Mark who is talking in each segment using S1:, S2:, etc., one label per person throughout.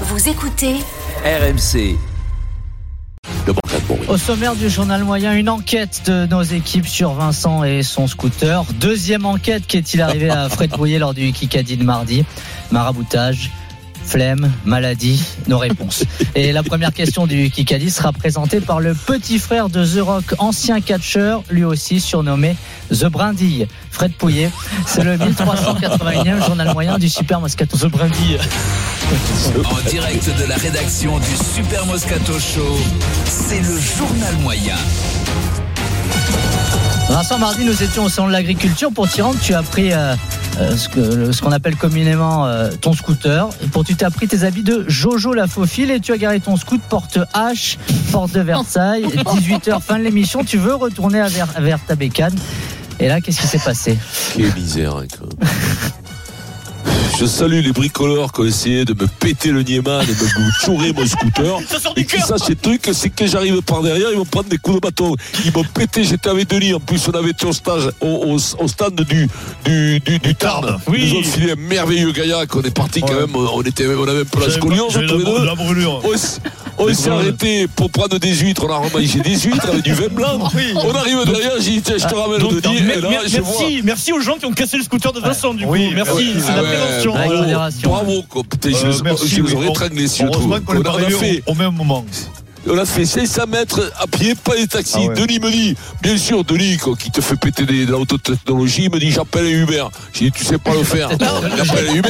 S1: Vous écoutez
S2: RMC.
S3: Au sommaire du journal moyen, une enquête de nos équipes sur Vincent et son scooter. Deuxième enquête qu'est-il arrivé à Fred Bouillet lors du Kikadi de mardi Maraboutage, flemme, maladie, nos réponses. Et la première question du Kikadi sera présentée par le petit frère de The Rock, ancien catcheur, lui aussi surnommé The Brindille. Fred Pouillet, c'est le 1381e journal moyen du Super Moscato. The Brindille.
S2: En direct de la rédaction du Super Moscato Show, c'est le journal moyen.
S3: Vincent, mardi, nous étions au salon de l'agriculture. Pour t'y rendre, tu as pris euh, euh, ce que- le- ce qu'on appelle communément euh, ton scooter. Et pour tu t'as pris tes habits de Jojo la faufile et tu as garé ton scoot porte H, porte de Versailles. 18h, fin de l'émission. Tu veux retourner à vers, vers ta bécane. Et là, qu'est-ce qui s'est passé
S4: Quelle misère, hein, quand même. Je salue les bricoleurs qui ont essayé de me péter le Nieman et de me chourer mon scooter. Et qui sachent ces trucs, c'est que j'arrive par derrière, ils vont prendre des coups de bâton. Ils m'ont pété, j'étais avec Denis. En plus, on avait été au, stage, au, au- au stand du, du, du, du Tarn.
S5: Oui.
S4: Ils nous ont filé un merveilleux gaillac. On est parti quand
S5: Ouais.
S4: même, on, était, on avait un peu la
S5: J'avais
S4: scoliose
S5: j'avais
S4: tous les
S5: la,
S4: deux.
S5: la brûlure.
S4: On s- On s'est arrêté pour prendre des huîtres, on a remangé des huîtres avec du vin blanc. On arrive derrière, j'ai dit, tiens, je te ramène
S5: Donc,
S4: Denis.
S5: mer-
S4: Et là,
S5: mer-
S4: je vois.
S5: merci, merci aux gens qui ont cassé le scooter de Vincent du coup.
S6: Oui,
S5: merci,
S4: ouais.
S5: c'est
S4: Ah
S5: la
S4: ouais,
S5: prévention.
S3: Avec
S4: bravo,
S3: modération.
S4: Bravo, quoi. Putain, je
S5: Euh,
S4: les-
S5: merci,
S4: je les
S5: oui,
S4: aurais
S5: on-
S4: étranglés, si je trouve.
S5: Heureusement qu'on est
S4: On a fait-
S5: parvenu au au même moment.
S4: on a fait 500 mètres à pied, pas les taxis.
S6: Ah ouais.
S4: Denis me dit, bien sûr, Denis, quoi, qui te fait péter des- de l'autotechnologie, il me dit, j'appelle un Uber. J'ai dit, tu sais pas le faire. J'appelle un Uber.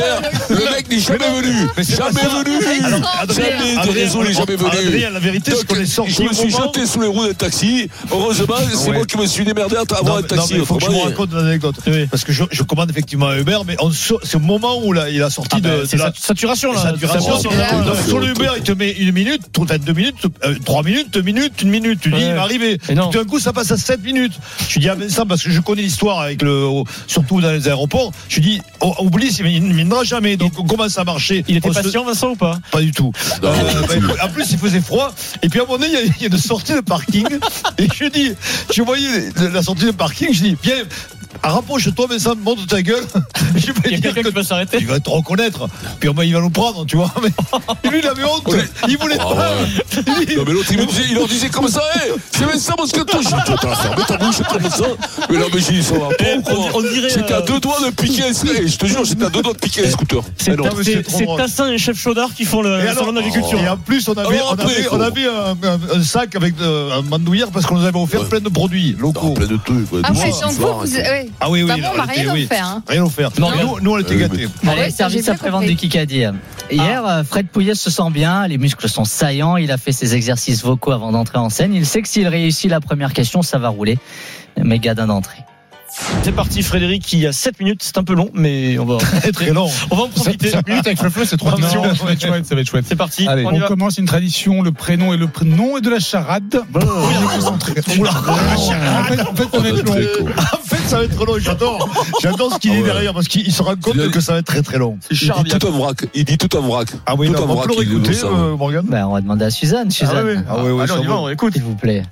S4: Le mec n'est jamais venu. Jamais venu. Jamais, des réseaux, il est jamais venu.
S5: Adrien, la vérité, c'est
S4: Donc,
S5: qu'on est sorti
S4: je
S5: au
S4: me suis
S5: moment.
S4: jeté sous les roues d'un taxi. Heureusement, c'est
S6: Ouais.
S4: moi qui me suis démerdé à
S5: Non,
S4: avoir un
S5: mais- non,
S4: taxi.
S5: mais il faut que je vous
S4: Autrement,
S5: raconte une anecdote.
S6: Oui.
S5: Parce que je, je commande effectivement à Uber, mais on sort- c'est au moment où là, il a sorti
S6: Ah
S5: de,
S6: ben,
S5: de
S6: c'est
S5: la
S6: sa- saturation là.
S5: saturation.
S4: c'est
S5: Sur,
S4: ça.
S5: le-
S4: Ouais,
S5: donc,
S4: ouais.
S5: sur le Uber, il te met une minute, tout- enfin, deux minutes, euh, trois minutes, deux minutes, une minute. Tu dis,
S6: Ouais.
S5: il va arriver.
S6: Et non.
S5: Tout d'un coup, ça passe à sept minutes. Je dis, ah ben ça, parce que je connais l'histoire avec le, au- surtout dans les aéroports. Je dis, oh, oublie, c'est- il ne viendra jamais. Donc, on commence à marcher.
S6: Il était
S5: On se-
S6: patient Vincent ou pas
S5: Pas du tout.
S4: Non.
S5: Euh, bah, écoute, en plus, il faisait froid. Et puis, à un moment donné, il y a- il y, a une sortie de parking. Et je dis, je voyais de la sortie de parking, je dis, bien, rapproche-toi, mais ça monte ta gueule. Je
S6: Il y
S5: vais dire
S6: a quelqu'un
S5: que
S6: qui va s'arrêter.
S5: il va te reconnaître. Puis, au moins, il va nous prendre, tu vois. Mais lui, il avait honte. Il voulait
S4: Ah
S5: pas. Il dit,
S4: Non mais l'autre il, me disait- il leur disait comme ça, Hé, c'est Vincent Moscato, je dis, Putain, t'as fermé ta bouche comme ça. Mais non mais j'ai dit, ça va pas, quoi.
S6: on dirait,
S4: J'étais à
S6: euh,
S4: deux doigts de piquer, un sc- eh, je te jure, j'étais à deux doigts de piquer Eh, un scooter.
S6: C'est
S4: Mais non.
S5: ta- mais c'est
S6: c'est-
S5: trop
S6: c'est
S5: drôle.
S6: Tassin et Chef Chaudard qui font le
S5: Et
S6: le salon
S5: alors-
S6: de l'agriculture.
S5: Et en plus, on avait,
S4: Alors
S5: on
S4: Euh, Oh, après,
S5: avait,
S4: faut-
S5: on avait un, un- un sac avec de, un mandouillère parce qu'on nous avait offert
S4: Ouais.
S5: plein de produits
S4: Non,
S5: locaux.
S4: plein de trucs. quoi.
S7: Ah
S4: Des
S7: ouais,
S4: petits
S7: donc vous,
S4: fleurs,
S7: vous-
S4: hein.
S7: ouais.
S5: Ah oui, oui.
S7: Bah bon, on
S5: on
S7: m'a
S5: était-
S7: rien
S5: oui.
S7: offert. hein.
S5: Rien offert.
S3: Non,
S5: Nous, nous, on était
S4: Euh,
S5: gâtés.
S3: Allez,
S7: Ouais, ça,
S3: service
S7: j'ai bien
S3: après-vente du
S7: compris.
S3: Kikadi. Hier,
S6: Ah.
S3: euh, Fred Pouillet se sent bien, les muscles sont saillants, il a fait ses exercices vocaux avant d'entrer en scène. Il sait que s'il réussit la première question, ça va rouler. Méga d'un d'entrée.
S6: C'est parti Frédéric, il y a 7 minutes, c'est un peu long, mais on va,
S5: Très long.
S6: on va en profiter.
S8: avec le feu, c'est
S5: Ah,
S6: trois questions.
S8: Ça va être chouette, ça va être chouette.
S6: C'est parti,
S8: Allez,
S6: on
S8: on,
S6: y va.
S8: commence une tradition, le prénom et le prénom et de la charade.
S4: Oh.
S8: On est concentré. En fait, en fait, on est long.
S4: Très cool.
S5: En fait, ça va être long, j'adore. J'adore ce qu'il
S4: Ah
S5: dit
S4: ouais.
S5: derrière parce qu'il il se rend
S4: Il a-
S5: compte que ça va être très très long.
S4: Il dit tout en vrac, il dit tout en vrac.
S5: Ah oui,
S4: tout
S5: non,
S4: en
S5: on
S4: vrac,
S5: peut le
S4: il
S5: réécouter,
S4: dit ça.
S5: euh, Morgane
S3: Ben, on va demander à Suzanne. Suzanne,
S5: Ah oui, oui,
S6: Allez, on y
S5: ça
S6: va,
S5: va.
S6: on écoute.
S3: s'il vous plaît.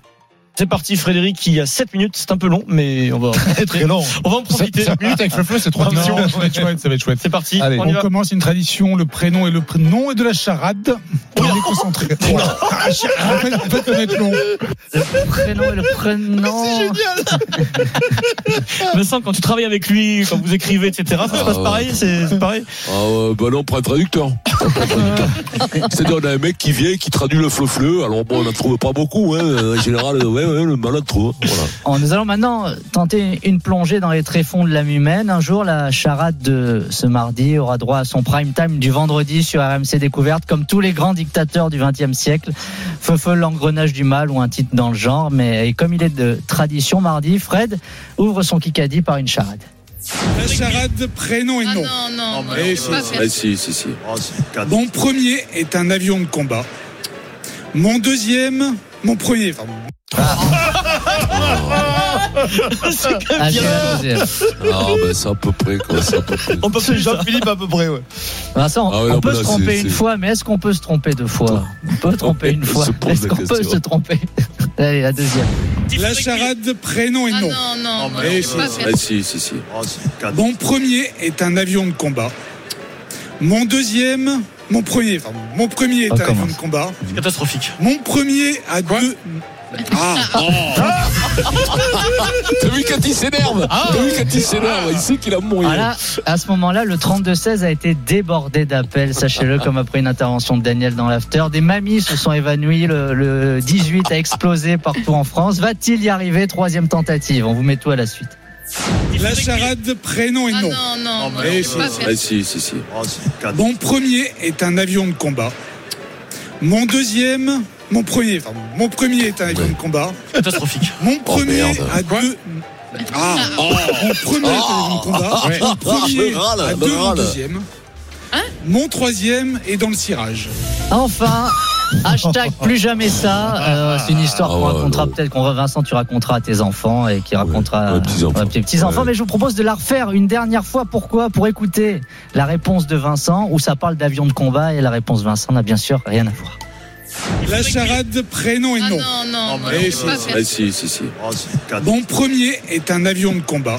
S6: C'est parti Frédéric, il y a 7 minutes, c'est un peu long, mais on va,
S5: Très très long.
S6: on va en profiter.
S8: 7 minutes avec le feu, c'est trois
S6: Non.
S8: questions. Ça va être chouette, ça va être chouette.
S6: C'est parti,
S8: Allez,
S6: on y
S8: on,
S6: va.
S8: commence une tradition, le prénom et le prénom et de la charade. On est concentré. En fait, en fait, on est long.
S3: Prénom et le prénom.
S6: Vincent, quand tu travailles avec lui, quand vous écrivez, etc., ça se passe
S4: Ah ouais.
S6: pareil, c'est c'est pareil.
S4: Ah ouais, bah non, on prend un traducteur. On prend un traducteur. C'est-à-dire, on a un mec qui vient, qui traduit le fleu-fleu. Alors bon, on n'en trouve pas beaucoup, hein. En général, ouais, ouais, le malade trouve. hein. Voilà.
S3: Oh, Nous allons maintenant tenter une plongée dans les tréfonds de l'âme humaine. Un jour, la charade de ce mardi aura droit à son prime time du vendredi sur RMC Découverte, comme tous les grands dictateurs du XXe siècle. Feufeu, l'engrenage du mal ou un titre dans le genre. Mais et comme il est de tradition mardi, Fred ouvre son Kikadi par une charade.
S8: La charade, prénom et
S7: Ah
S8: nom.
S7: non, non, non,
S8: mais
S7: on peut pas faire
S4: Ah, si, si, si.
S8: Mon premier est un avion de combat. Mon deuxième, mon premier, pardon.
S3: Ah, je vais la poser.
S4: Ah, ben c'est à peu près, quoi. C'est à peu près.
S6: On peut
S5: C'est
S6: plus, ça.
S5: Jean-Philippe à peu près, ouais.
S3: Vincent,
S4: Ah ouais,
S3: on
S4: non,
S3: peut
S4: mais
S3: se
S4: là,
S3: tromper
S4: c'est-
S3: une
S4: c'est-
S3: fois, mais est-ce qu'on peut se tromper deux fois On peut tromper une
S4: se
S3: fois.
S4: pose
S3: Est-ce
S4: la
S3: qu'on peut
S4: question.
S3: se tromper Allez, la deuxième.
S8: La charade, prénom et
S7: Ah
S8: nom.
S7: non, non, non,
S8: mais
S7: on peut pas
S8: si,
S7: faire
S4: Ah, si, si, si.
S8: Mon premier est un avion de combat. Mon deuxième,
S1: Mon premier, pardon. Mon premier
S4: Ah,
S1: est
S3: On
S1: un avion de
S3: commence.
S1: combat.
S6: C'est catastrophique.
S1: Mon premier a deux. Ah,
S4: T'as vu quand il s'énerve
S2: Ah.
S4: T'as vu quand il s'énerve Il sait qu'il a mourir.
S3: Ah là, à ce moment-là, le 32-16 a été débordé d'appels, sachez-le, comme après une intervention de Daniel dans l'after. Des mamies se sont évanouies, le, le 18 a explosé partout en France. Va-t-il y arriver Troisième tentative, on vous met tout à la suite.
S1: la charade prénom et
S7: Ah
S1: nom.
S7: non,
S6: Oh,
S7: non, non,
S1: Eh,
S7: je
S1: si,
S7: peux pas
S1: si.
S7: faire
S4: Ah, si, si, si.
S1: Mon premier est un avion de combat. Mon deuxième. Mon premier, pardon. Mon premier est un avion de combat.
S6: Catastrophique.
S1: Mon premier
S4: Oh, merde.
S1: a deux. Ah, mon premier est un avion de combat. Mon premier
S4: Je Ah, râle,
S1: a
S4: je
S1: deux. Mon
S4: râle.
S1: deuxième. Mon troisième est dans le cirage.
S3: Enfin, hashtag plus jamais ça. Euh, c'est une histoire qu'on
S4: Ah ouais,
S3: racontera
S4: ouais.
S3: peut-être qu'on Vincent, tu raconteras à tes enfants et qui racontera
S4: ouais, petits-enfants.
S3: à tes petits enfants.
S4: Ouais.
S3: Mais je vous propose de la refaire une dernière fois. Pourquoi Pour écouter la réponse de Vincent où ça parle d'avion de combat et la réponse de Vincent n'a bien sûr rien à voir.
S1: La charade prénom et
S7: Ah
S1: nom.
S7: non,
S6: Oh,
S7: non, non,
S1: Eh,
S7: je
S1: si,
S7: peux pas
S1: si.
S7: faire
S4: Ah, si, si, si.
S1: Mon premier est un avion de combat.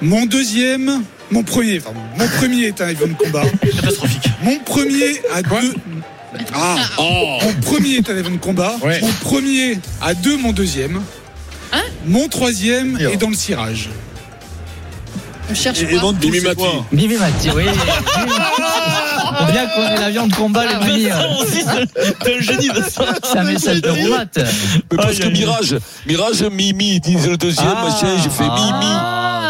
S1: Mon deuxième. Mon premier, pardon. Mon premier est un avion de combat.
S6: Catastrophique.
S1: Mon premier a deux. Ah, Mon premier est un avion de combat.
S8: Oh. Ouais.
S1: Mon premier a deux, mon deuxième. mon troisième est dans le cirage.
S7: Je cherche pas.
S4: Mimi Mati.
S3: Bibi Mati, oui. Bibi. Bien qu'on ait l'avion de combat, les mamies, euh,
S6: T'es un génie, Ah, Vincent.
S3: c'est un message de roulette.
S4: Mais parce
S6: Aïe,
S4: que
S6: aïe, aïe.
S4: Mirage, Mirage, Mimi, ils disent le deuxième,
S6: Ah.
S4: machin, j'ai fait Mimi.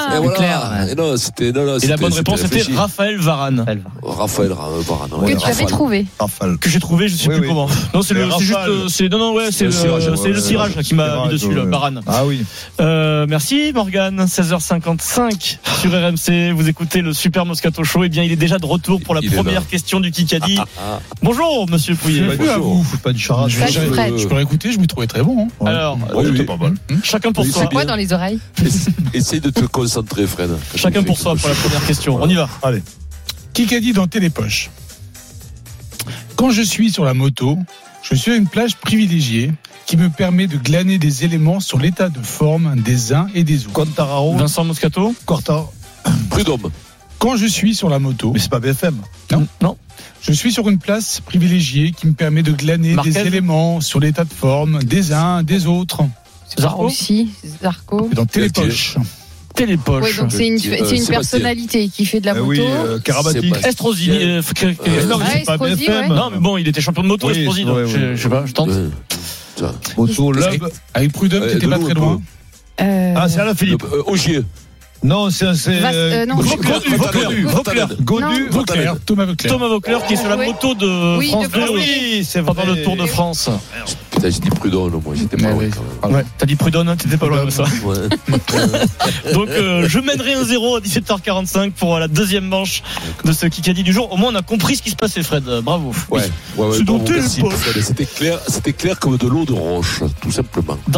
S7: Ah,
S4: Et voilà.
S3: clair, ouais.
S4: Et non, c'était. Non, non,
S6: Et
S4: c'était-
S6: la bonne réponse était
S4: réfléchi.
S6: Raphaël Varane.
S3: Elle va.
S4: Raphaël Ra- Varane. ouais,
S7: que tu avais
S4: Raphaël.
S7: trouvé.
S5: Ah,
S6: Que j'ai trouvé, je sais
S5: Oui,
S6: plus
S5: oui.
S6: comment. Non, c'est le,
S5: Mais
S6: c'est juste,
S5: Raphaël.
S6: euh, c'est, non, non, ouais, c'est
S4: le cirage,
S6: le, c'est
S4: ouais,
S6: le
S4: ouais,
S6: cirage, là, qui m'a mis
S5: Cirage,
S6: dessus,
S5: ouais.
S6: le Varane.
S5: Ah oui.
S6: Euh, merci Morgane, 16h55 sur RMC, vous écoutez le Super Moscato Show, et bien il est déjà de retour pour la
S4: Il est là.
S6: première question du Kikadi.
S4: Ah,
S6: Bonjour Monsieur Pouillet.
S8: Salut à vous.
S5: C'est pas une charade. Ah,
S8: Je-
S7: Salut,
S8: je-
S7: Fred.
S8: Je peux réécouter, je m'y trouvais très bon. hein.
S6: Alors,
S4: Oui, oui.
S5: pas mal.
S6: chacun pour
S4: Oui,
S6: soi.
S4: c'est
S7: Quoi dans les oreilles
S4: Essaye de te concentrer, Fred.
S6: Chacun pour soi pour la première question. On y va.
S8: Qui qu'a dit dans Télépoche Quand je suis sur la moto, je suis à une plage privilégiée qui me permet de glaner des éléments sur l'état de forme des uns et des autres.
S5: Contararo,
S6: Vincent Moscato
S5: Corta.
S4: Prud'homme.
S8: Quand je suis sur la moto,
S5: Mais c'est pas BFM.
S8: Non.
S6: Non.
S8: je suis sur une place privilégiée qui me permet de glaner
S6: Marquez
S8: des éléments sur l'état de forme des uns des autres.
S6: Zarco
S7: Aussi, Zarco.
S8: Et Dans Télépoche.
S7: Ouais,
S6: Télépoche.
S7: donc c'est une,
S4: Euh,
S7: c'est une
S4: Sébastien.
S7: personnalité qui fait de la
S5: Eh
S7: Ah, moto.
S5: oui, euh, Karabatic.
S4: C'est
S6: Estrosi. euh, f- que- que-
S4: Euh,
S6: non, mais
S7: Ouais,
S6: c'est pas
S7: Estrosi,
S6: BFM.
S7: ouais.
S6: Non mais bon, il était champion de moto
S5: Oui,
S6: Estrosi donc
S5: ouais,
S6: je,
S5: ouais.
S6: je sais pas, je tente.
S4: Ouais.
S5: Moto,
S8: Love.
S5: Love.
S8: Avec Prud'homme,
S4: Euh,
S8: t'étais pas
S4: Lou,
S8: très
S4: Lou.
S8: loin.
S7: Euh,
S5: Ah, c'est Alain Philippe.
S4: Euh, Augier.
S5: Non, c'est. c'est,
S7: Vas- euh, non.
S5: Godu,
S4: Vaucler,
S5: Godu,
S4: Vaucler,
S5: Vaucler.
S4: Vaucler.
S5: Godu.
S7: Non.
S8: Vauclair, Thomas Vauclair.
S6: Thomas Vaucler qui est sur la
S7: Ouais.
S6: moto de
S7: Oui,
S6: France
S7: de France
S6: deux,
S7: deux.
S6: oui, c'est pendant
S5: vrai.
S6: le Tour de France.
S4: Putain, j'ai dit Prud'homme, là, moi, j'étais pas
S6: Mais
S4: loin
S6: oui.
S4: quand même.
S6: Ouais. T'as dit Prud'homme, hein, t'étais pas loin de ça.
S4: Ouais.
S6: Donc euh, je mènerai 1-0 à 17h45 pour euh, la deuxième manche de ce Kikadi du jour. Au moins on a compris ce qui se passait Fred, Euh, bravo.
S4: Ouais, ouais, ouais,
S6: C'est dans
S4: bravo,
S6: tes
S4: merci,
S6: poches.
S4: Fred. C'était clair, c'était clair comme de l'eau de roche, tout simplement.
S6: Dans